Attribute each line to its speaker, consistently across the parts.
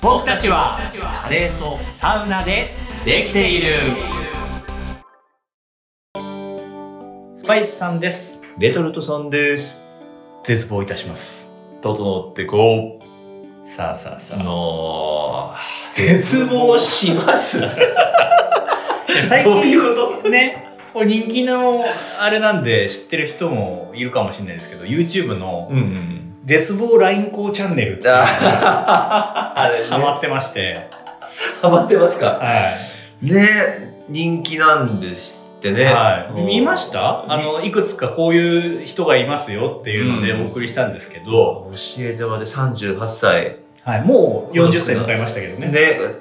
Speaker 1: 僕たちは
Speaker 2: カレーと
Speaker 1: サウナでできているスパイスさんです
Speaker 2: レトルトさんです
Speaker 3: 絶望いたします
Speaker 2: 整ってこう
Speaker 3: さあさあさ
Speaker 2: あ
Speaker 3: あ、
Speaker 2: の
Speaker 3: 絶望します
Speaker 1: 最
Speaker 3: どうい
Speaker 1: 近
Speaker 3: うこと
Speaker 1: ね
Speaker 3: これ人気のあれなんで知ってる人もいるかもしれないですけど YouTube の
Speaker 2: うんうん
Speaker 3: 絶望ライン校チャンネルっていうのが
Speaker 2: あれね
Speaker 3: ハマってまして、
Speaker 2: ハマってますか
Speaker 3: は
Speaker 2: ね人気なんですって
Speaker 3: い
Speaker 2: ね
Speaker 3: はい、見ましたたあのいくつかこういう人がいますよっていうので
Speaker 2: うん
Speaker 3: お送りしたんですけど、
Speaker 2: 教えてもらって38歳
Speaker 3: はい、もう40歳迎えましたけどね
Speaker 2: ね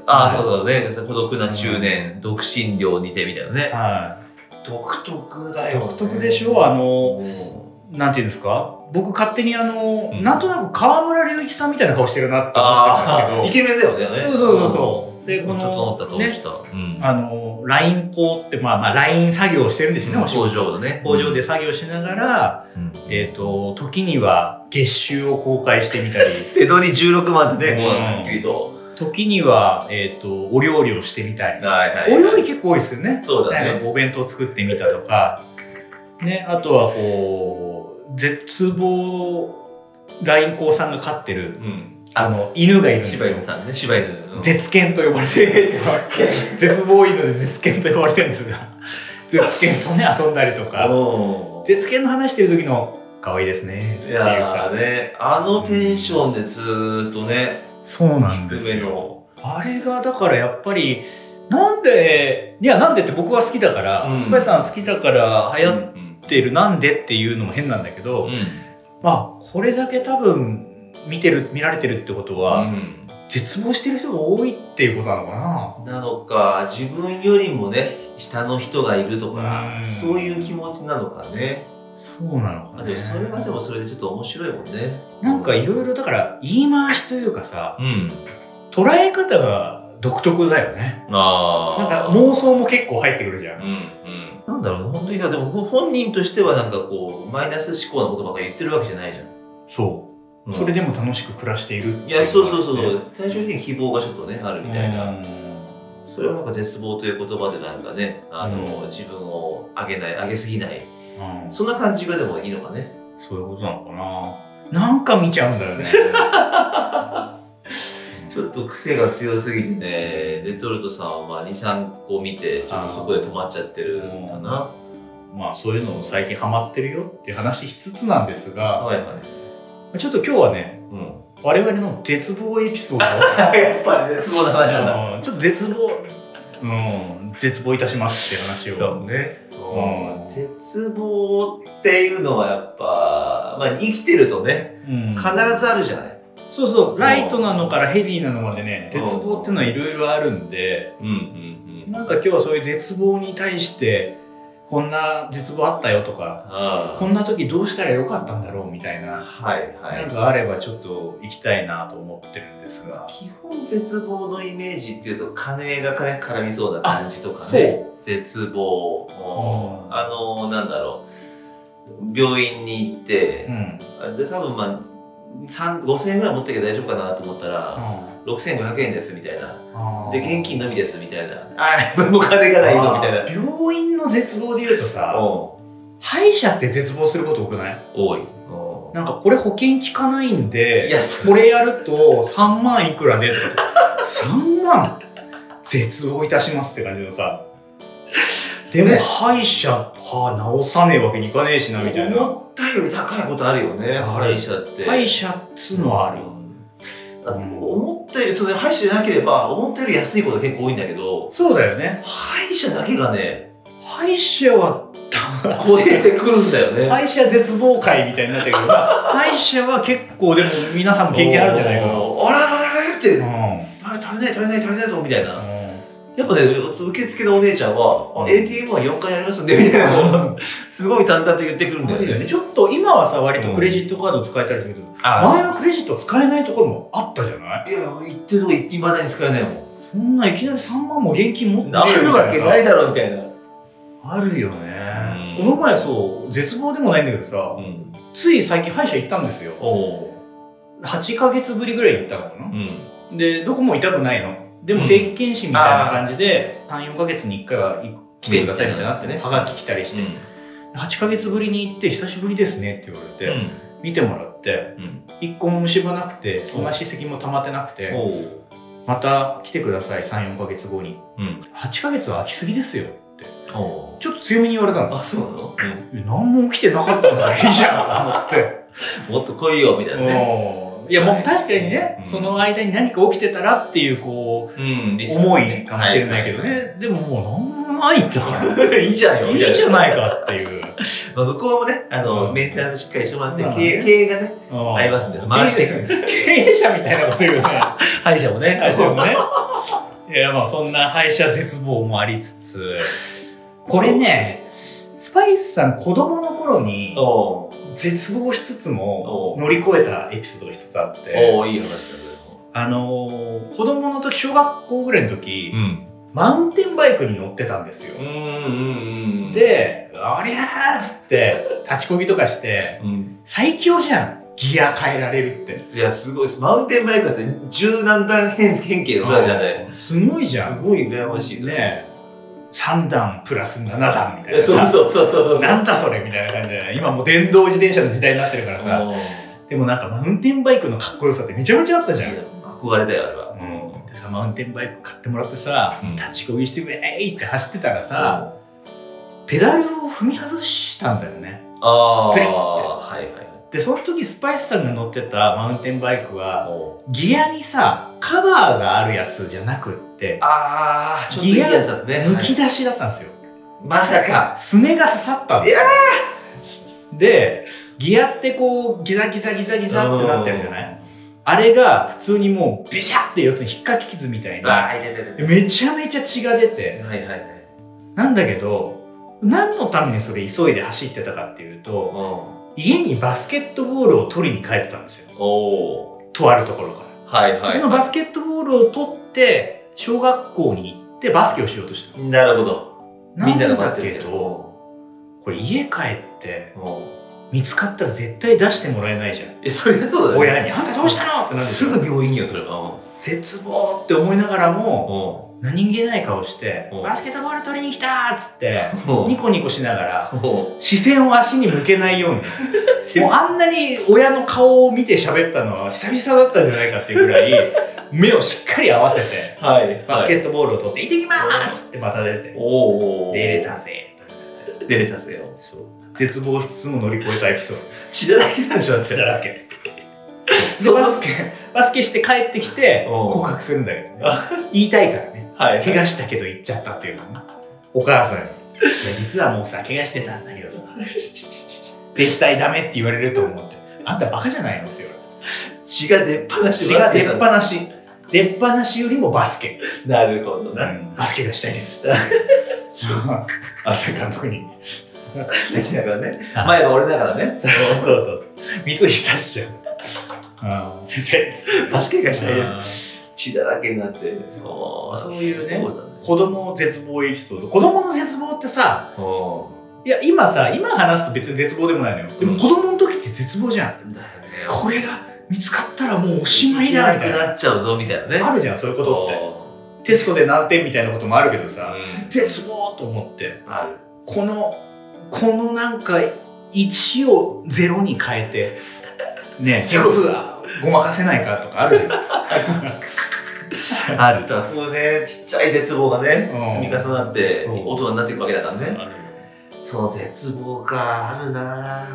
Speaker 2: あ
Speaker 3: はい
Speaker 2: そうそうね孤独な中年独身寮にてみたいなね
Speaker 3: は
Speaker 2: 独特だ
Speaker 3: い、独特でしょあの
Speaker 2: うん
Speaker 3: なんていうんですか僕勝手にあの、
Speaker 2: うん
Speaker 3: なんとなく河村隆一さんみたいな顔してるなって
Speaker 2: あ
Speaker 3: 思ったん
Speaker 2: あ
Speaker 3: で
Speaker 2: イ
Speaker 3: すけ
Speaker 2: ケメンだよね
Speaker 3: どそうそうそうそうでこ
Speaker 2: うん整った
Speaker 3: の
Speaker 2: 整っ
Speaker 3: ね
Speaker 2: た、うん
Speaker 3: あの LINE 校ってまあまあ LINE 作業してるんですよね、お仕
Speaker 2: 工
Speaker 3: 事
Speaker 2: 場のね
Speaker 3: 工場で作業しながら、
Speaker 2: うん
Speaker 3: えっ、と時には月収を公開してみたり
Speaker 2: 手取り16万ってね、こう
Speaker 3: うん
Speaker 2: はっきりと。
Speaker 3: 時には、えっとお料理をしてみたり、
Speaker 2: はいはい。
Speaker 3: お料理結構多いですよね
Speaker 2: そうだ
Speaker 3: なん
Speaker 2: ね。
Speaker 3: かお弁当作ってみたとか、ね、あとはこう絶望ライン工さんが飼ってる
Speaker 2: うん。
Speaker 3: あの犬がいるんです
Speaker 2: 柴
Speaker 3: よ
Speaker 2: 犬さんね、柴犬。
Speaker 3: 絶犬と呼ばれてるんですけど絶望犬で絶犬と呼ばれてるんですが絶犬とね遊んだりとか
Speaker 2: おー
Speaker 3: 絶犬の話してる時の可愛いですねって
Speaker 2: い
Speaker 3: いう
Speaker 2: や
Speaker 3: さ
Speaker 2: ーね、あのテンションでずーっとね、
Speaker 3: そう
Speaker 2: 低めの
Speaker 3: あれがだからやっぱりなんでいやなんでって僕は好きだから、
Speaker 2: うん
Speaker 3: スパイさん好きだから流行っ
Speaker 2: うん
Speaker 3: てる、なんでっていうのも変なんだけど、
Speaker 2: うん
Speaker 3: まあこれだけ多分見てる見られてるってことは、
Speaker 2: うん
Speaker 3: 絶望してる人が多いっていうことなのかな
Speaker 2: なのか、自分よりもね、下の人がいるとか
Speaker 3: う、ん
Speaker 2: そういう気持ちなのかね。
Speaker 3: そうなのか
Speaker 2: あ
Speaker 3: ね
Speaker 2: でもそれがでもそれでちょっと面白いもんね。
Speaker 3: なんかいろいろだから言い回しというかさ
Speaker 2: うん。
Speaker 3: 捉え方が独特だよね
Speaker 2: ああ。
Speaker 3: なんか妄想も結構入ってくるじゃん、
Speaker 2: うんうんなんだろうね本当にだでも本人としてはなんかこうマイナス思考なことばっかり言ってるわけじゃないじゃん、
Speaker 3: そう
Speaker 2: うん
Speaker 3: それでも楽しく暮らしているって
Speaker 2: い
Speaker 3: い
Speaker 2: やそうそうそう、
Speaker 3: う
Speaker 2: 最終的に希望がちょっとねあるみ
Speaker 3: み
Speaker 2: た
Speaker 3: た
Speaker 2: い
Speaker 3: い
Speaker 2: な、
Speaker 3: な
Speaker 2: それはなんか絶望という言葉でなんかねあ
Speaker 3: う
Speaker 2: の、
Speaker 3: ん
Speaker 2: 自分を上げない上げすぎない
Speaker 3: うん
Speaker 2: そんな感じがでもいいのかね
Speaker 3: そういうことなのかななんか見ちゃうんだよね
Speaker 2: ちょっと癖が強すぎてねレトルトさんはまあ23個見てちょっとそこで止まっちゃってるのかな
Speaker 3: まあそういうの最近ハマってるよっていう話しつつなんですが、
Speaker 2: はいはい、
Speaker 3: ちょっと今日はね、
Speaker 2: うん、
Speaker 3: 我々の絶望エピソードを
Speaker 2: やっぱり絶望な話 なんだ
Speaker 3: あのちょっと絶望、うん、絶望いたしますっていう話を。
Speaker 2: ね、
Speaker 3: うん
Speaker 2: 絶望っていうのはやっぱ、まあ、生きてるとね
Speaker 3: うん
Speaker 2: 必ずあるじゃない、
Speaker 3: そうそう、ライトなのからヘビーなのまでね、絶望っていうのはいろいろあるんで、
Speaker 2: うんうん
Speaker 3: なんか今日はそういう絶望に対して、こんな絶望あったよとか、
Speaker 2: あ
Speaker 3: こんな時どうしたらよかったんだろうみたいな、
Speaker 2: はいは
Speaker 3: なん
Speaker 2: い
Speaker 3: かあればちょっと行きたいなと思ってるんですが。
Speaker 2: 基本絶望のイメージっていうと金が金絡みそうな感じとかね絶望
Speaker 3: うん
Speaker 2: もあのなんだろう病院に行って
Speaker 3: う、ん。
Speaker 2: で多分まあ3 5000円ぐらい持ってけば大丈夫かなと思ったら、6500円ですみたいなで現金のみですみたいなあやっぱりお金がないぞみたいな
Speaker 3: あー病院の絶望で言うとさ
Speaker 2: うん
Speaker 3: 歯医者って絶望すること多くない
Speaker 2: 多い。
Speaker 3: なんかこれ保険効かないんで
Speaker 2: いやそ
Speaker 3: これやると3万いくらでとかって3万絶望いたしますって感じのさでも
Speaker 2: ね
Speaker 3: 歯医者歯治さねえわけにいかねえしなみたいな
Speaker 2: 思ったより高いことあるよね、
Speaker 3: あ
Speaker 2: 歯
Speaker 3: る
Speaker 2: 医者って。
Speaker 3: 歯医者っつうのはある
Speaker 2: だって思ったより、それ歯医者じゃなければ、思ったより安いこと結構多いんだけど、
Speaker 3: そうだよね
Speaker 2: 歯医者だけ がね、
Speaker 3: 歯医者はたま
Speaker 2: 超えてくるんだよね。
Speaker 3: 歯医者絶望会みたいになって るけど、まあ歯医者は結構でも皆さんも経験あるんじゃないかな
Speaker 2: おーあらあらあらあらって、
Speaker 3: うん
Speaker 2: あれ足りない足りない足りないぞみたいな。
Speaker 3: う
Speaker 2: やっぱね、受付のお姉ちゃんは、
Speaker 3: うん
Speaker 2: あ ATM は4回やりますんで、みたいな。すごい淡々と言ってくるん
Speaker 3: ん、
Speaker 2: だ
Speaker 3: あるよ
Speaker 2: よ
Speaker 3: ね
Speaker 2: ね。
Speaker 3: ちょっと今はさ割とクレジットカード使えたりするけど、前
Speaker 2: あ
Speaker 3: はクレジット使えないところもあったじゃない
Speaker 2: いや、言ってるとこいまだに使えないもん。
Speaker 3: そんないきなり3万も現金持って
Speaker 2: なるわけないいだろ、みたいな。
Speaker 3: あるよね、
Speaker 2: うん
Speaker 3: この前そう絶望でもないんだけどさ
Speaker 2: うん。
Speaker 3: つい最近歯医者行ったんですよ
Speaker 2: おー
Speaker 3: 8ヶ月ぶりぐらいに行ったのかな、
Speaker 2: うん。
Speaker 3: でどこも痛くないので
Speaker 2: う
Speaker 3: も
Speaker 2: ん
Speaker 3: 定期検診みたいな感じで、34か月に1回は来てくださいみたいになってね
Speaker 2: うん
Speaker 3: はがき来たりして、8か月ぶりに行って久しぶりですねって言われて、見てもらって
Speaker 2: うん
Speaker 3: 一個も虫歯なくてそんな歯石も溜まってなくて
Speaker 2: おう
Speaker 3: また来てください34か月後に
Speaker 2: うん
Speaker 3: 8か月は空きすぎですよって
Speaker 2: おう
Speaker 3: ちょっと強めに言われたの
Speaker 2: あそうなの、
Speaker 3: え何も起きてなかったからいいじ ゃんと思って
Speaker 2: うん、もっと来いよみたいなね、
Speaker 3: うんいやもう確かにね、
Speaker 2: うん
Speaker 3: その間に何か起きてたらっていうこ
Speaker 2: うん、
Speaker 3: う
Speaker 2: リスク
Speaker 3: 思
Speaker 2: ね
Speaker 3: いかもしれないけどね、
Speaker 2: は
Speaker 3: でももう何もないんだから
Speaker 2: いはいいいじゃんよ
Speaker 3: い
Speaker 2: みたい
Speaker 3: い
Speaker 2: な
Speaker 3: じゃないかっていう、
Speaker 2: まあ、向こうもねあの、
Speaker 3: うん
Speaker 2: メンテナンスしっかりしてもらって、
Speaker 3: まあ
Speaker 2: 経営経営がね
Speaker 3: うん
Speaker 2: ありますんで回していく
Speaker 3: 経営者みたいなこと言うよね
Speaker 2: 歯医者もね
Speaker 3: あでもね。いや、まあそんな敗者絶望もありつつ、これね、スパイスさん子供の頃に
Speaker 2: おう
Speaker 3: 絶望しつつも
Speaker 2: おう
Speaker 3: 乗り越えたエピソード一つあって、
Speaker 2: おういい話だそ
Speaker 3: あのー子供の時、小学校ぐらいの時、
Speaker 2: れうん
Speaker 3: マウンテンバイクに乗ってたんですよ
Speaker 2: う。んうんうん
Speaker 3: で、ありゃーっつって、立ちこぎとかして、
Speaker 2: うん、
Speaker 3: 最強じゃん。ギア変えられるって。
Speaker 2: いやすごいですマウンテンバイクだって柔軟段変変形の空じゃない
Speaker 3: すごいじゃん。
Speaker 2: すごい羨ましいそれ
Speaker 3: ね3段プラス7段みたい
Speaker 2: え
Speaker 3: なさ
Speaker 2: そうそうそうそうそう
Speaker 3: なんだそれみたいな感じで今もう電動自転車の時代になってるからさ
Speaker 2: おう
Speaker 3: でもなんかマウンテンバイクのかっこよさってめちゃめちゃあったじゃん、
Speaker 2: 憧れだよあれは
Speaker 3: うん、でさマウンテンバイク買ってもらってさ、
Speaker 2: うん
Speaker 3: 立ちこぎしてウェーイって走ってたらさ、ペダルを踏み外したんだよね
Speaker 2: ああ
Speaker 3: つりって
Speaker 2: はいはいはい
Speaker 3: でその時スパイスさんが乗ってたマウンテンバイクは
Speaker 2: おう
Speaker 3: ギアにさカバーがあるやつじゃなくって
Speaker 2: ああちょっといいやつだね
Speaker 3: むき
Speaker 2: はい
Speaker 3: 出しだったんですよ、
Speaker 2: まさか
Speaker 3: すねが刺さったの
Speaker 2: いや
Speaker 3: でギアってこうギザギザギザギザってなってるじゃないあれが普通にもうビシャって要するに引っかき傷みたい
Speaker 2: あ
Speaker 3: な
Speaker 2: あいたいたいた
Speaker 3: めちゃめちゃ血が出て
Speaker 2: はいはいはい
Speaker 3: なんだけど何のためにそれ急いで走ってたかっていうと
Speaker 2: お
Speaker 3: 家にバスケットボールを取りに帰ってたんですよ
Speaker 2: おー
Speaker 3: とあるところから、
Speaker 2: はいは
Speaker 3: その
Speaker 2: い
Speaker 3: バスケットボールを取って小学校に行ってバスケをしようとしてた
Speaker 2: なるほどみんなが
Speaker 3: んだ
Speaker 2: 待って
Speaker 3: け
Speaker 2: る
Speaker 3: どこれ家帰って
Speaker 2: も
Speaker 3: 見つかったら絶対出してもらえないじゃん
Speaker 2: うえそれがそうだね
Speaker 3: 親に「あんたどうしたの?」ってなる
Speaker 2: す
Speaker 3: すぐ
Speaker 2: ぐ病院よそれはうん
Speaker 3: 絶望って思いながらも
Speaker 2: お
Speaker 3: 何気ない顔して
Speaker 2: う
Speaker 3: 「
Speaker 2: ん
Speaker 3: バスケットボール取りに来た!」っつって
Speaker 2: お
Speaker 3: ニコニコしながら
Speaker 2: お
Speaker 3: 視線を足に向けないよ うにもうあんなに親の顔を見て喋ったのは久々だったんじゃないかっていうぐらい目をしっかり合わせて
Speaker 2: はい
Speaker 3: バスケ
Speaker 2: ッ
Speaker 3: ットボールを取って「行ってきます!」っつってまた出て「
Speaker 2: おお
Speaker 3: 出れたぜ!」と
Speaker 2: 出れたせよ
Speaker 3: そう絶望しつつも乗り越えたエピソード
Speaker 2: 血だらけなんでしょだっ
Speaker 3: 血
Speaker 2: て
Speaker 3: だら け。で
Speaker 2: そう
Speaker 3: バスケ、バスケして帰ってきて、
Speaker 2: うん
Speaker 3: 告白するんだけど ね。言いたいからね。
Speaker 2: はい
Speaker 3: 怪我したけど行っちゃったっていうのね。お母さんに。いや、実はもうさ、怪我してたんだけどさ、 絶対ダメって言われると思って。あんたバカじゃないのって言われて。
Speaker 2: 血が出っ放
Speaker 3: 血
Speaker 2: しでバ
Speaker 3: が
Speaker 2: スケ
Speaker 3: 出
Speaker 2: さ
Speaker 3: っ放し。出っ放しよりもバスケ。
Speaker 2: なるほどな
Speaker 3: うんバスケがしたいです。 浅井監督に。
Speaker 2: できながらね前は俺だからね
Speaker 3: そうそうそう。 三井久志ちゃん。うん先生。
Speaker 2: バスケがしたいです
Speaker 3: す。
Speaker 2: 血だらけになってそう
Speaker 3: そういうね
Speaker 2: そうだね
Speaker 3: 子供絶望エピソード子供の絶望ってさ
Speaker 2: お
Speaker 3: いや今さ今話すと別に絶望でもないのよでも子供の時って絶望じゃん、
Speaker 2: ーだよね
Speaker 3: これが見つかったらもうおしまいだみたい
Speaker 2: 生き
Speaker 3: な
Speaker 2: なくなっちゃうぞみたいなね
Speaker 3: あるじゃんそういうことってテストで何点みたいなこともあるけどさ、
Speaker 2: うん
Speaker 3: 絶望と思って
Speaker 2: ある
Speaker 3: このこのなんか1を0に変えてね
Speaker 2: そ
Speaker 3: 点
Speaker 2: う
Speaker 3: 数はごまかせないかとかあるじゃん
Speaker 2: あるだからそうねちっちゃい絶望がね
Speaker 3: うん
Speaker 2: 積み重なって
Speaker 3: そう
Speaker 2: 大人になっていくわけだからね
Speaker 3: あるよ
Speaker 2: その絶望かあるな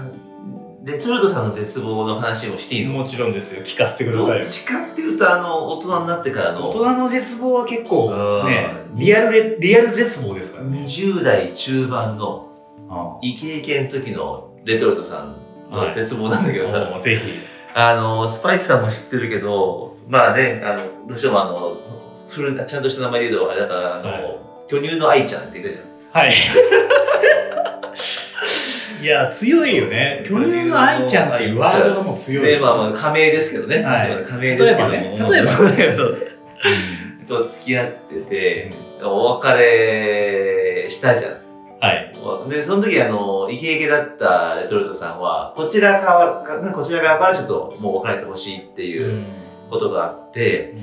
Speaker 2: レトルトさんの絶望の話もしていいの
Speaker 3: もちろんですよ聞かせてくだ
Speaker 2: ど
Speaker 3: さいよ
Speaker 2: っちかっていうとあの大人になってからの
Speaker 3: 大人の絶望は結構
Speaker 2: うん
Speaker 3: ねリアルレリアル絶望ですからね、
Speaker 2: 20代中盤のイケイケの時のレトルトさんの絶望なんだけどさ、
Speaker 3: もうぜひ
Speaker 2: あのスパイスさんも知ってるけどまあねあのどうしてもあのフルなちゃんとした名前で言うとあれだからあの、
Speaker 3: はい
Speaker 2: 巨乳の愛ちゃんって言ってたじゃん
Speaker 3: はい いや強いよね巨乳の愛ちゃんっていうワードがもう強い
Speaker 2: で、まあまあ、仮名ですけどね。
Speaker 3: はい
Speaker 2: 仮名ですけども
Speaker 3: 例えばね例えば
Speaker 2: うん そうそう、付き合ってて、お別れしたじゃん。
Speaker 3: はい
Speaker 2: で、その時、あの、イケイケだったレトルトさんは、こちら側かこちら側からちょっともう別れてほしいっていうことがあって、
Speaker 3: う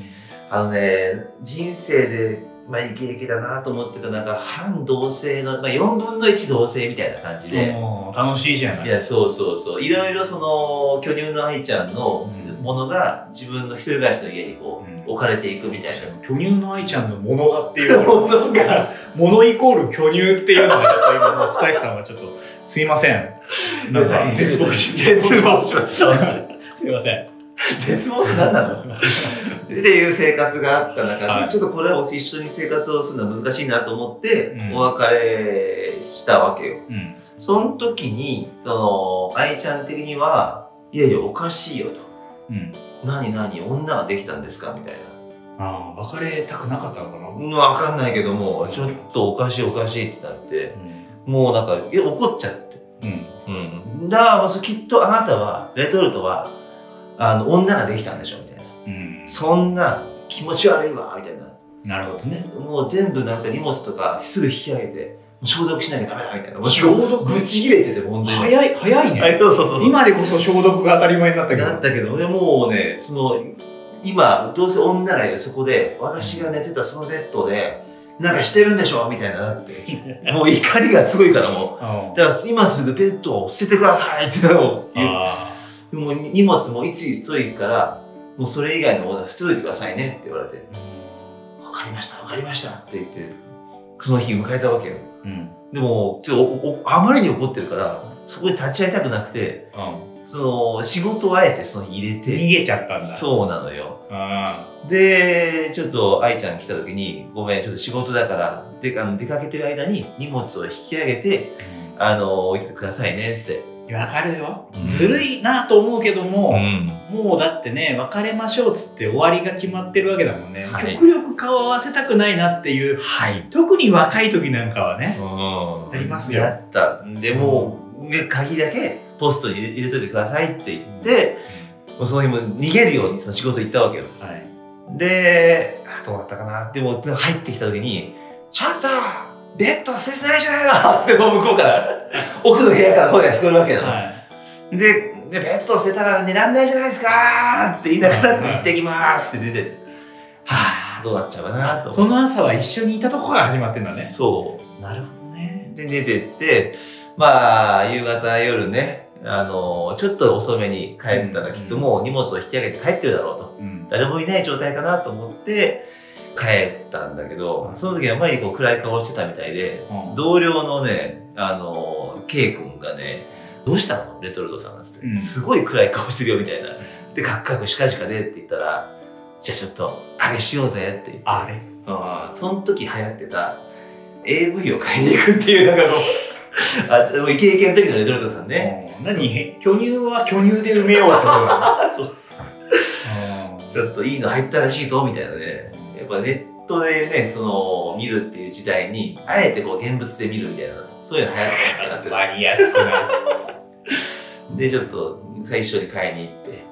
Speaker 2: あのね、人生で、まあ、イケイケだなと思ってた、なんか、反同性の、まあ、4分の1同性みたいな感じで、
Speaker 3: もう楽しいじゃないい。
Speaker 2: や、そうそうそう、いろいろその、巨乳の愛ちゃんの
Speaker 3: うん
Speaker 2: ものが、自分の一人暮らしの家にこう、
Speaker 3: うん
Speaker 2: 置かれていくみたいな。
Speaker 3: 巨乳の愛ちゃんのものがって いうも
Speaker 2: ものが
Speaker 3: のイコール巨乳っていうのがちょっと今もうスパイスさんはちょっとすいませ んなんか絶望し
Speaker 2: 絶望しました。
Speaker 3: すいません
Speaker 2: 絶望って何なのっていう生活があった中で、
Speaker 3: はい
Speaker 2: ちょっとこれは一緒に生活をするのは難しいなと思って、
Speaker 3: うん
Speaker 2: お別れしたわけよ。
Speaker 3: うん
Speaker 2: その時に、その、愛ちゃん的には、いやいや、おかしいよと。
Speaker 3: うん
Speaker 2: 何何女ができたんですかみたいな。
Speaker 3: ああ別れたくなかったのかな、
Speaker 2: うんわかんないけども、ちょっとおかしいおかしいってなって、
Speaker 3: う
Speaker 2: もうなんか、え怒っちゃって。
Speaker 3: んうん、
Speaker 2: うん。だから、きっとあなたは、レトルトは、あの、女ができたんでしょみたいな。
Speaker 3: うん、
Speaker 2: そんな気持ち悪いわみたいな
Speaker 3: なるほどね
Speaker 2: もう全部なんか荷物とかすぐ引き上げてもう消毒しなきゃダメだみたいなもう
Speaker 3: 消毒
Speaker 2: ぶち切れててもう本当に
Speaker 3: 早い早い
Speaker 2: あ
Speaker 3: ね
Speaker 2: そうそうそう
Speaker 3: 今でこそ消毒が当たり前になったけど
Speaker 2: だったけど俺もうねその今どうせ女がいるそこで私が寝てたそのベッドでなんかしてるんでしょみたいななって もう怒りがすごいからも
Speaker 3: あ
Speaker 2: うだから今すぐベッドを捨ててくださいってもう言う
Speaker 3: あ
Speaker 2: でも荷物もいついつ取りに行くからもうそれ以外のオーダー捨てといてくださいねって言われてわかりました、わかりましたって言って、その日迎えたわけよ。
Speaker 3: うん
Speaker 2: でも、ちょっとおおあまりに怒ってるから、そこに立ち会いたくなくて、
Speaker 3: うん
Speaker 2: その、仕事をあえてその日入れ
Speaker 3: 逃
Speaker 2: て、
Speaker 3: げちゃったんだう
Speaker 2: そうなのよ。
Speaker 3: あ
Speaker 2: で、ちょっと愛ちゃん来た時に、ごめん、ちょっと仕事だから、であの出かけてる間に荷物を引き上げて、
Speaker 3: あ
Speaker 2: あの、置いててくださいねって。
Speaker 3: わかるよ、
Speaker 2: うん
Speaker 3: ずるいなと思うけども、
Speaker 2: ん。
Speaker 3: もうだってね別れましょうっつって終わりが決まってるわけだもんね、
Speaker 2: はい
Speaker 3: 極力顔合わせたくないなっていう
Speaker 2: はい。
Speaker 3: 特に若い時なんかはね
Speaker 2: うん。
Speaker 3: ありますよ
Speaker 2: だった。でもう、で鍵だけポストに入れ入れといてくださいって言って、もうその日も逃げるようにその仕事行ったわけよ。
Speaker 3: はい
Speaker 2: で、あどうだったかなでも入ってきた時に、ちょっとベッド捨ててないじゃないのってもう向こうから、奥の部屋から声が聞こえるわけよ。
Speaker 3: は
Speaker 2: で、でベッド捨てたら寝らんないじゃないですかって言いながら、
Speaker 3: はい
Speaker 2: 行ってきますって出てって、はぁ、どうなっちゃうかなと
Speaker 3: い、
Speaker 2: 思
Speaker 3: そ
Speaker 2: っ
Speaker 3: の朝は一緒にいたとこから始まってん
Speaker 2: て
Speaker 3: だね
Speaker 2: そ
Speaker 3: なるほどね
Speaker 2: う。で、寝てって、まあ、夕方夜ね、あの、ちょっと遅めに帰ったらきっともう荷物を引き上げて帰ってるだろうと。
Speaker 3: うん
Speaker 2: 誰もいない状態かなと思って帰ったんだけど、その時あんまりこう暗い顔してたみたいで、同僚のね、あの、K 君がね、どうしたのレトルトさんがつって、
Speaker 3: うん
Speaker 2: すごい暗い顔してるよみたいな。で、カクカクしかじかでって言ったら、じゃあちょっと、あれしようぜって言って。
Speaker 3: あれ
Speaker 2: うんその時流行ってた AV を買いに行くっていう、なんかもう、あ でもイケイケの時のレトルトさんね。
Speaker 3: うん何巨乳は巨乳で埋めようってこと だ
Speaker 2: そう
Speaker 3: うん
Speaker 2: ちょっといいの入ったらしいぞみたいなね。やっぱネットでね、その、見るっていう時代に、あえてこう現物で見るみたいな、そういうの流行ってたからです
Speaker 3: マニアックな
Speaker 2: で、ちょっと最初に買いに行って、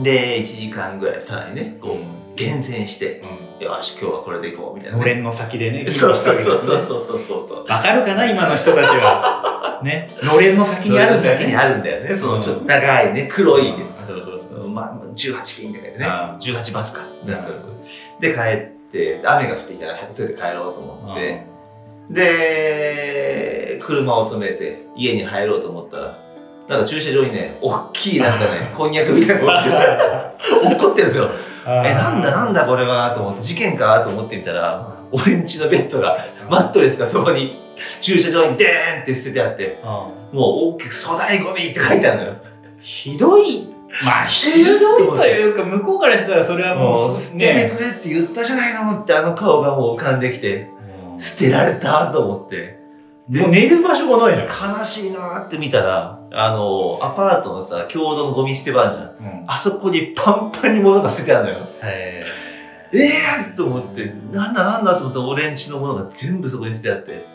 Speaker 2: で、1時間ぐらいさらにね、こう、厳選して、よし、今日はこれでいこうみたいな
Speaker 3: の
Speaker 2: ね、
Speaker 3: れんの先でね
Speaker 2: そうそうそうそうそうそうそうそう。
Speaker 3: わかるかな今の人たちはねのれんの先にあるんだよ
Speaker 2: 先に
Speaker 3: ね
Speaker 2: あるんだよね。そのちょっと長いね、黒い、まあ、18金って書いてね。
Speaker 3: あ
Speaker 2: 18バスか。なんとなくで、帰って、雨が降ってきたから、それで帰ろうと思って、で、車を止めて家に入ろうと思ったら、なんか駐車場にね、大きいなんか ね、こんにゃくみたいなのが落ちて て怒ってるんですよ。 え、なんだなんだこれはと思って、事件かと思ってみたら、俺んちのベッドが、マットレスがそこに、駐車場にデーンって捨ててあって、もう大きく粗大ゴミって書いてあるのよ。
Speaker 3: ひどいまあひどいというか向こうからしたらそれはも
Speaker 2: もう、
Speaker 3: う
Speaker 2: 捨てて
Speaker 3: ね
Speaker 2: くれって言ったじゃないのってあの顔がもう浮かんできて、捨てられたと思って。て
Speaker 3: もう寝る場所がないじ
Speaker 2: 悲しいなーって見たら、あの、アパートのさ、共同のゴミ捨て場あるじゃん。
Speaker 3: ゃん、うん
Speaker 2: あそこにパンパンに物が捨ててあるのよ。
Speaker 3: え
Speaker 2: ええー、と思って、なんだなんだと思ったら俺んちのものが全部そこに捨ててあって。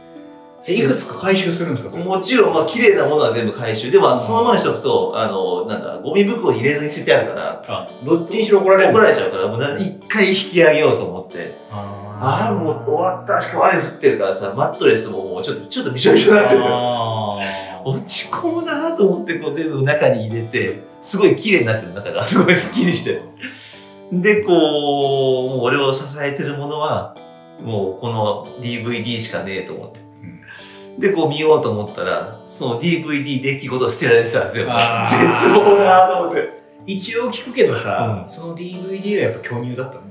Speaker 3: ーいくつか回収するんですかそれ
Speaker 2: もちろん、まあ、綺麗なものは全部回収。でも、あのそのままにしとくと、あの、なんだ、ゴミ袋に入れずに捨ててあるから、
Speaker 3: あどっちにしろ怒られる
Speaker 2: 怒られちゃうから、もうな一回引き上げようと思って。あ
Speaker 3: あ
Speaker 2: あ、もう終わった。しかも雨降ってるからさ、マットレスももうちょっと、ちょっとびしょびしょになってる。
Speaker 3: あー
Speaker 2: 落ち込むなと思ってこう全部中に入れてすごい綺麗になってる中がすごいスッキリしてで、こう、もう俺を支えてるものは、もうこの DVD しかねえと思って。で、こう見ようと思ったら、その DVD デッキごと捨てられてたんですよ。
Speaker 3: あー
Speaker 2: 絶望だなと思って。
Speaker 3: 一応聞くけどさ、
Speaker 2: うん
Speaker 3: その DVD はやっぱ巨乳だった の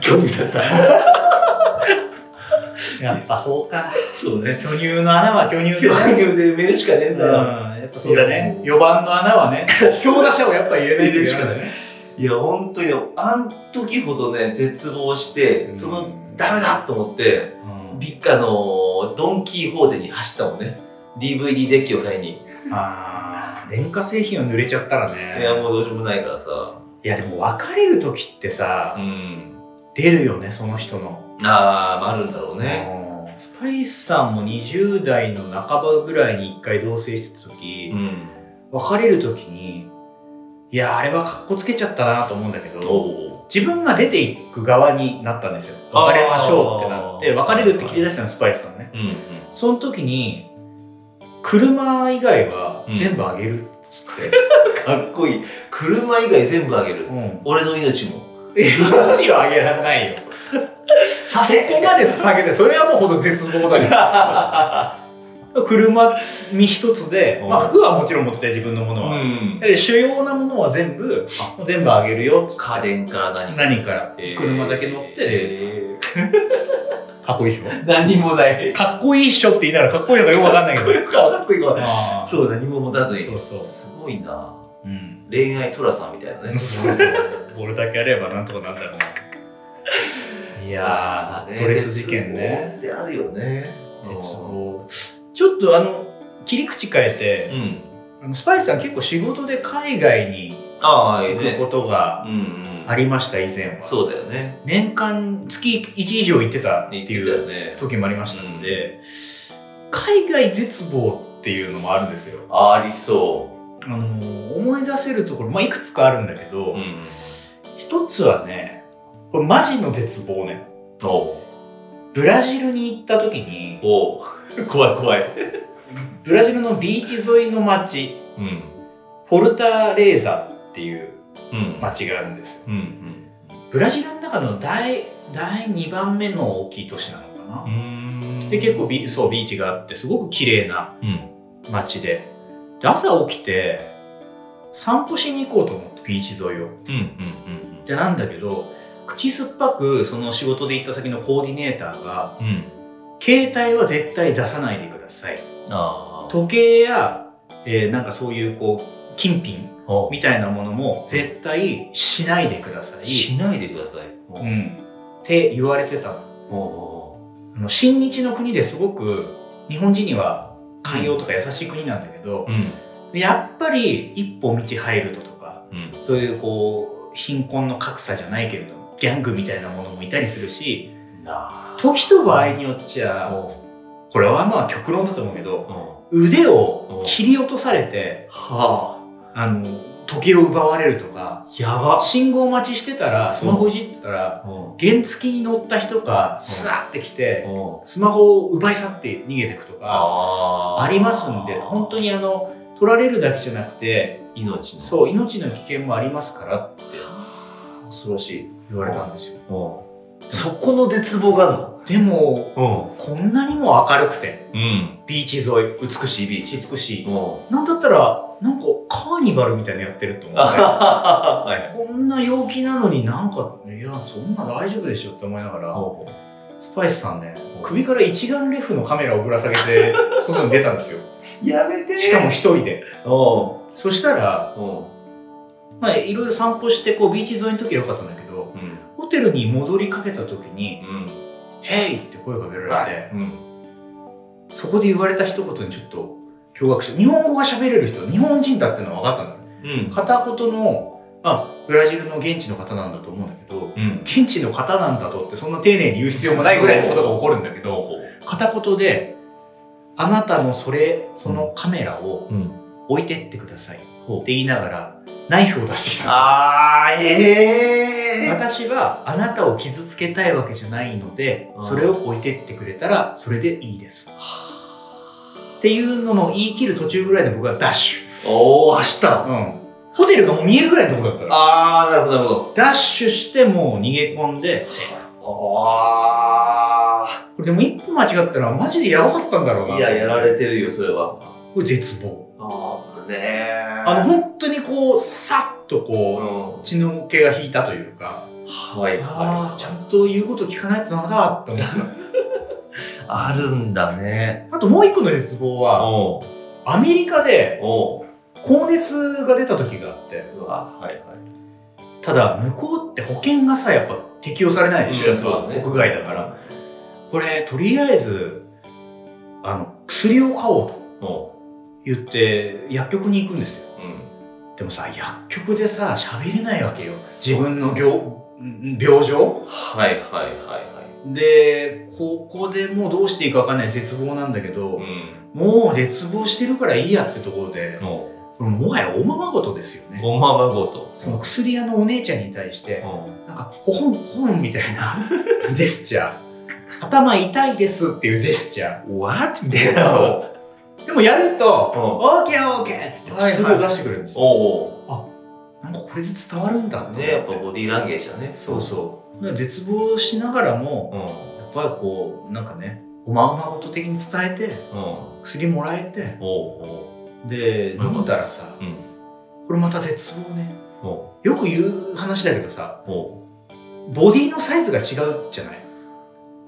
Speaker 2: 興味だった。
Speaker 3: やっぱそうか
Speaker 2: そうね。
Speaker 3: 巨乳の穴は巨 乳
Speaker 2: 興
Speaker 3: だね
Speaker 2: 味で埋めるしかねえんだよ。
Speaker 3: やっぱそうだね4番の穴は ね強打者をやっぱ入れないといけないんだね
Speaker 2: いや、本当にね、あん時ほどね、絶望して、その、ダメだと思って、
Speaker 3: うん
Speaker 2: ビッカのドンキーホーテに走ったもんね。DVD デッキを買いに。
Speaker 3: あー電化製品は濡れちゃったらね
Speaker 2: いや、もうどうしようもないからさ。
Speaker 3: いやでも別れる時ってさ、
Speaker 2: うん。
Speaker 3: 出るよねその人の、
Speaker 2: あー、まあ、あるんだろうね。
Speaker 3: うんスパイスさんも20代の半ばぐらいに1回同棲してた時、
Speaker 2: うん。
Speaker 3: 別れる時にいやあれはかっこつけちゃったなと思うんだけど
Speaker 2: お
Speaker 3: 自分が出ていく側になったんですよ
Speaker 2: あー
Speaker 3: 別れましょうってなって別れるって切り出したのスパイスさんね
Speaker 2: うんうん。
Speaker 3: その時に車以外は全部あげるっつって、
Speaker 2: かっこいい。車以外全部あげる。
Speaker 3: うん、
Speaker 2: 俺の命も。
Speaker 3: え命をあげられないよ
Speaker 2: さ
Speaker 3: そこまで捧げてそれはもうほんと絶望だよ 車身一つで、まあ、服はもちろん持ってて自分のも
Speaker 2: う
Speaker 3: のは、
Speaker 2: ん。
Speaker 3: で主要なものは全部
Speaker 2: あ
Speaker 3: もう全部あげるよっつって
Speaker 2: 家電から何か。
Speaker 3: 何から車だけ乗って、
Speaker 2: え
Speaker 3: かっこいいっしょ
Speaker 2: ー何もない。
Speaker 3: かっこいいっしょって言いながらかっこいいのかよくわかんないけ
Speaker 2: こ
Speaker 3: ど
Speaker 2: れかっこいいわ。
Speaker 3: あー
Speaker 2: そう、何も持たずに。
Speaker 3: そうそう
Speaker 2: すごいな。
Speaker 3: うん
Speaker 2: 恋愛トラさんみたいなね。
Speaker 3: そうそう俺だけやればなんとかなんだろうないやードレス事件ね。
Speaker 2: であるよね。
Speaker 3: 絶望ちょっとあの切り口変えて、
Speaker 2: うん。
Speaker 3: あのスパイスさん結構仕事で海外に
Speaker 2: ああ、いい
Speaker 3: 行く
Speaker 2: ね
Speaker 3: こ。と
Speaker 2: う
Speaker 3: が
Speaker 2: んうん。
Speaker 3: ありました以前は、
Speaker 2: そうだよね。
Speaker 3: 年間月1以上行ってたって
Speaker 2: 言っ
Speaker 3: い
Speaker 2: てたよ
Speaker 3: う
Speaker 2: ね。
Speaker 3: 時もありましたので、海外絶望っていうのもあるんですよ
Speaker 2: ありそ
Speaker 3: あの思い出せるところ、まあ、いくつかあるんだけ
Speaker 2: う。
Speaker 3: ど、
Speaker 2: ん。
Speaker 3: 一つはねこれマジの絶望ね
Speaker 2: おう
Speaker 3: ブラジルに行った時に
Speaker 2: おう怖い怖い。
Speaker 3: ブラジルのビーチ沿いの町
Speaker 2: うん。
Speaker 3: フォルタレーザっていう
Speaker 2: うん。
Speaker 3: 町があるんですよ
Speaker 2: うん。
Speaker 3: ブラジルの中の第第2番目の大きい都市なのかな、
Speaker 2: うん。
Speaker 3: で結構ビそうビーチがあってすごく綺麗な
Speaker 2: うん。
Speaker 3: 街でで朝起きて散歩しに行こうと思ってビーチ沿いを
Speaker 2: うん。うん。
Speaker 3: でなんだけど口酸っぱくその仕事で行った先のコーディネーターが
Speaker 2: うん。うん。
Speaker 3: 「携帯は絶対出さないでください」
Speaker 2: ああ。
Speaker 3: 時計や、えーなんかそういうこう金品
Speaker 2: おう
Speaker 3: みたいなものも絶対しないでください、
Speaker 2: しないでください。お
Speaker 3: う、
Speaker 2: うん
Speaker 3: って言われてたの。
Speaker 2: おう
Speaker 3: あの親日の国ですごく日本人には寛容とか優しい国なんだけど
Speaker 2: おう、うん。
Speaker 3: やっぱり一歩道入るととか
Speaker 2: うん。
Speaker 3: そういうこう貧困の格差じゃないけれどもギャングみたいなものもいたりするし
Speaker 2: な
Speaker 3: 時と場合によっちゃ
Speaker 2: おう
Speaker 3: これはまあ極論だと思うけど
Speaker 2: おう
Speaker 3: 腕を切り落とされて
Speaker 2: は
Speaker 3: あの時計を奪われるとか
Speaker 2: あ。やば。
Speaker 3: 信号待ちしてたらスマホいじってたら
Speaker 2: おう
Speaker 3: 原付に乗った人がスラって来て
Speaker 2: おう
Speaker 3: スマホを奪い去って逃げてくとか。
Speaker 2: ああ。
Speaker 3: ありますんで、本当にあの、取られるだけじゃなくて、
Speaker 2: 命の。
Speaker 3: そう、命の危険もありますからって
Speaker 2: はあ恐ろしい。
Speaker 3: 言われたんですよ。
Speaker 2: おうそこの絶望があるの
Speaker 3: でも、
Speaker 2: お
Speaker 3: こんなにも明るくて、
Speaker 2: うん。
Speaker 3: ビーチ沿い、
Speaker 2: 美しいビーチ。
Speaker 3: 美しい。
Speaker 2: おう
Speaker 3: なんだったら、なんかカーニバルみたいなのやってると思
Speaker 2: あは
Speaker 3: う
Speaker 2: はははい。
Speaker 3: ね。こんな陽気なのになんか、いや、そんな大丈夫でしょって思いながら、
Speaker 2: おう
Speaker 3: スパイスさんね
Speaker 2: うん、
Speaker 3: 首から一眼レフのカメラをぶら下げて、外に出たんですよ。
Speaker 2: やめて
Speaker 3: しかも一人で。
Speaker 2: おう
Speaker 3: そしたら、
Speaker 2: お
Speaker 3: まあ、いろいろ散歩して、こう、ビーチ沿いの時は良かったんだけど、
Speaker 2: ううん。
Speaker 3: ホテルに戻りかけた時に
Speaker 2: うん。
Speaker 3: 「ヘイ!」って声かけられて
Speaker 2: うん。
Speaker 3: そこで言われた一言にちょっと驚愕して日本語が喋れる人日本人だってのは分かったんだね
Speaker 2: うん。
Speaker 3: 片言の、まあ、ブラジルの現地の方なんだと思うんだけど
Speaker 2: うん。
Speaker 3: 現地の方なんだとってそんな丁寧に言う必要もないぐらいのことが起こるんだけど片言で「あなたのそれそのカメラを
Speaker 2: うん。
Speaker 3: 置いてってください」って
Speaker 2: ほ
Speaker 3: 言いながらナイフを出してきたんですよ
Speaker 2: あー、ええ
Speaker 3: 私はあなたを傷つけたいわけじゃないので
Speaker 2: うん
Speaker 3: それを置いてってくれたらそれでいいですっていうのの言い切る途中ぐらいで僕はダッシュ、
Speaker 2: おー、走った
Speaker 3: うん、ホテルがもう見えるぐらいのところだったから
Speaker 2: あー、なるほど、なるほど。
Speaker 3: ダッシュしてもう逃げ込んでセーフ
Speaker 2: あ
Speaker 3: これでも一歩間違ったらマジでやばかったんだろうな
Speaker 2: ー。
Speaker 3: い
Speaker 2: いや、やられてるよ、それは。
Speaker 3: これ絶望
Speaker 2: あー、ねー。
Speaker 3: あの本当にこうさっとこ
Speaker 2: の、
Speaker 3: う血の気が引いたというか
Speaker 2: はい、
Speaker 3: ああちゃ
Speaker 2: は
Speaker 3: んと言うこと聞かないとダメだって思っ
Speaker 2: い。あるんだね。
Speaker 3: た あともう一個の絶望は
Speaker 2: おう
Speaker 3: アメリカで
Speaker 2: おう
Speaker 3: 高熱が出た時があって
Speaker 2: うわ、はい、はい。
Speaker 3: ただ向こうって保険がさやっぱ適用されないでしょ、
Speaker 2: うん
Speaker 3: やつは
Speaker 2: そうだね
Speaker 3: 国外だからこれとりあえずあの薬を買おうと
Speaker 2: お
Speaker 3: 言って薬局に行くんですよ
Speaker 2: う。うん。
Speaker 3: でもさ薬局でさ喋れないわけよ自分の病ん病状
Speaker 2: はい、はい、はい、
Speaker 3: でここでもうどうしていいか分かんない絶望なんだけど、
Speaker 2: はい。うん。
Speaker 3: もう絶望してるからいいやってところで、
Speaker 2: おう
Speaker 3: これもはやおままごとですよね
Speaker 2: ごままごと。
Speaker 3: その薬屋のお姉ちゃんに対して
Speaker 2: おう
Speaker 3: なんかほほんほほんみたいな ジェスチャー頭痛いですっていうジェスチャ
Speaker 2: What? みたい
Speaker 3: ー
Speaker 2: な。
Speaker 3: そうでもやると「
Speaker 2: おう
Speaker 3: オーケーオーケー!」って言ってすぐ出してくれるんですよ、
Speaker 2: お
Speaker 3: なんかこれで伝わるんだと
Speaker 2: う
Speaker 3: 思って
Speaker 2: ね、やっぱボディーランゲージだね。
Speaker 3: そうそう絶望しながらも
Speaker 2: う。うん。
Speaker 3: やっぱりこうなんかねおまおまごと的に伝えて
Speaker 2: うん。
Speaker 3: 薬もらえて
Speaker 2: おうおう。
Speaker 3: で
Speaker 2: うん
Speaker 3: 飲んだらさ、
Speaker 2: うん
Speaker 3: これまた絶望ね
Speaker 2: お
Speaker 3: よく言う話だけどさ
Speaker 2: うおう。
Speaker 3: ボディのサイズが違うじゃない、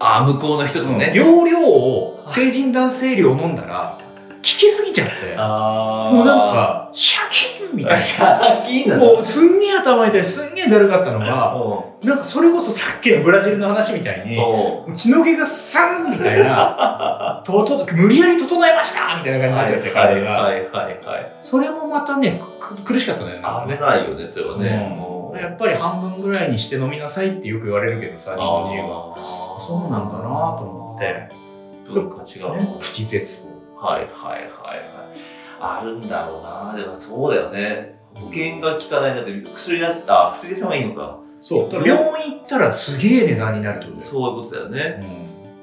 Speaker 2: あー、向こうの人とね。
Speaker 3: 容量を成人男性量飲んだら効きすぎちゃって
Speaker 2: あ
Speaker 3: もうなん、かシャキーンみたい
Speaker 2: シャーキー
Speaker 3: な
Speaker 2: な
Speaker 3: もうすんげえ頭痛いすんげえだるかったのが
Speaker 2: お
Speaker 3: なんかそれこそさっきのブラジルの話みたいに
Speaker 2: うおう。
Speaker 3: 血の毛がサンみたいな とと無理やり整えましたみたいな感じになっちゃって
Speaker 2: は
Speaker 3: 彼
Speaker 2: い
Speaker 3: が、
Speaker 2: はいはいはい。
Speaker 3: それもまたねく苦しかったんだよねなんかね
Speaker 2: 危ないよね、それはね。おう
Speaker 3: やっぱり半分ぐらいにして飲みなさいってよく言われるけどさ日本人は
Speaker 2: あー
Speaker 3: そうなんだなと思って、
Speaker 2: 文化違うな、
Speaker 3: ね、プチ絶
Speaker 2: はいはいはいはいあるんだろうなでもそうだよね保険が効かないだって薬だったあ薬屋さんはいいのか
Speaker 3: 望そうだから病院行ったらすげえ値段になるってことだよ
Speaker 2: そういうことだよね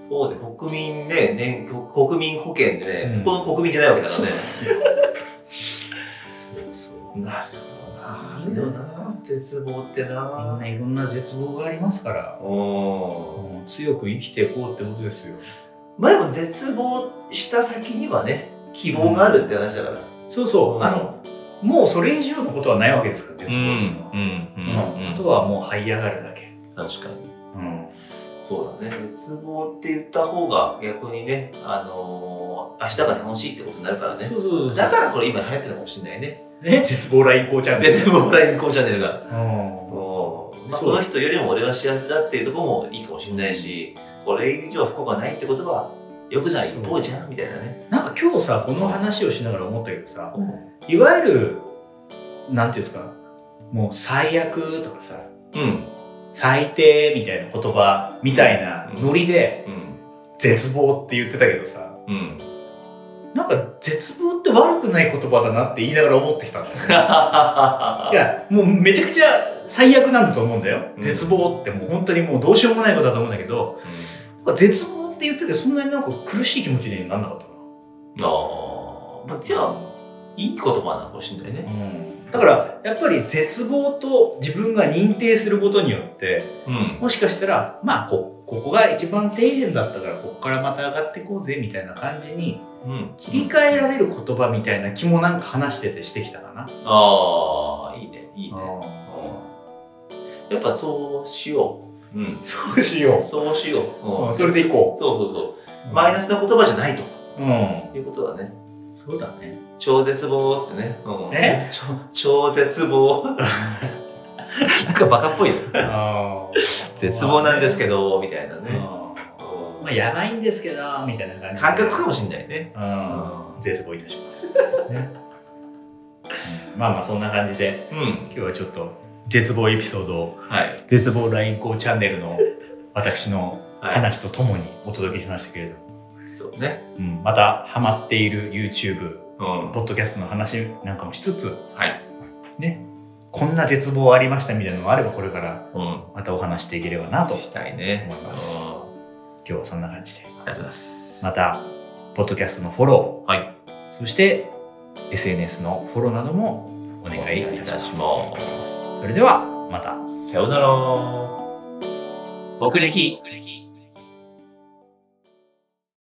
Speaker 3: うん
Speaker 2: そうで国民ね年国民保険でね、
Speaker 3: うん
Speaker 2: そこの国民じゃないわけだからね
Speaker 3: そう
Speaker 2: なるほどなあるよな絶望って
Speaker 3: みん
Speaker 2: な
Speaker 3: ないろんな絶望がありますから、
Speaker 2: うん
Speaker 3: うん強く生きていこうってことですよ
Speaker 2: まあでも絶望した先にはね希望があるって話だから、
Speaker 3: そうそう、
Speaker 2: うん
Speaker 3: あのもうそれ以上のことはないわけですから絶望っていうのは、うんあとはもう這い上がるだけ、
Speaker 2: 確かに
Speaker 3: うん、
Speaker 2: そうだね絶望って言った方が逆にね、あのー明日が楽しいってことになるからね
Speaker 3: うそう
Speaker 2: だからこれ今流行ってるのかもしれないね
Speaker 3: ね絶望ラインこうちゃん
Speaker 2: 絶望ラインコーチャンネルが、
Speaker 3: うん
Speaker 2: まあ、
Speaker 3: そう
Speaker 2: この人よりも俺は幸せだっていうところもいいかもしれないし、これ以上不幸がないってことは良くない一方じゃんみたいなね
Speaker 3: なんか今日さこの話をしながら思ったけどさ
Speaker 2: うん
Speaker 3: いわゆるなんていうんですかもう最悪とかさ
Speaker 2: うん
Speaker 3: 最低みたいな言葉みたいなノリで
Speaker 2: うん
Speaker 3: 絶望って言ってたけどさ
Speaker 2: うん
Speaker 3: なんか絶望って悪くない言葉だなって言いながら思ってきたんだよね いやもうめちゃくちゃ最悪なんだと思うんだよ、
Speaker 2: うん
Speaker 3: 絶望ってもう本当にもうどうしようもないことだと思うんだけどなんか絶望って言っててそんなになんか苦しい気持ちになんなかったな
Speaker 2: ああまあじゃあいい言葉なのかもしれないね
Speaker 3: だからやっぱり絶望と自分が認定することによって
Speaker 2: うん
Speaker 3: もしかしたらまあこここが一番底辺だったからここからまた上がっていこうぜみたいな感じに
Speaker 2: うん
Speaker 3: 切り替えられる言葉みたいな気もなんか話しててしてきたかな。
Speaker 2: ああいいねいいね
Speaker 3: うん
Speaker 2: やっぱそうしよう。うん。
Speaker 3: そうしよ
Speaker 2: そうしよう。
Speaker 3: う。
Speaker 2: う
Speaker 3: うん
Speaker 2: ん。
Speaker 3: それでいこ
Speaker 2: そうそうそうう。マイ
Speaker 3: ナ
Speaker 2: ナスな言葉じゃないと
Speaker 3: うん。
Speaker 2: いうことだね。
Speaker 3: そうだね。
Speaker 2: 超絶望っつってね。うん、
Speaker 3: え
Speaker 2: 超超絶望。なんかバカっぽいよ。絶望なんですけど、みたいな
Speaker 3: どね。
Speaker 2: ね。
Speaker 3: まあやばいんですけどみたいな感じ。
Speaker 2: 感覚かもしんないね。
Speaker 3: うん絶望いたします。ねうんまあまあそんな感じで
Speaker 2: うん。
Speaker 3: 今日はちょっと絶望エピソードを
Speaker 2: はい。
Speaker 3: 絶望 LINE 校チャンネルの私の
Speaker 2: は
Speaker 3: 話とともにお届けしましたけれども、
Speaker 2: い。そうね。
Speaker 3: うん、またハマっている YouTube
Speaker 2: うん。
Speaker 3: ポッドキャストの話なんかもしつつ
Speaker 2: はい。
Speaker 3: こんな絶望ありましたみたいなのがあればこれから
Speaker 2: うん。
Speaker 3: またお話していければなと
Speaker 2: したいね。
Speaker 3: 思います
Speaker 2: うん
Speaker 3: 今日はそんな感じで
Speaker 2: ありがとうございます。
Speaker 3: またポッドキャストのフォロー
Speaker 2: はい。
Speaker 3: そして SNS のフォローなどもお願いいたし
Speaker 2: お願いい
Speaker 3: ます。それではまた。
Speaker 2: さようなら。
Speaker 3: 僕歴。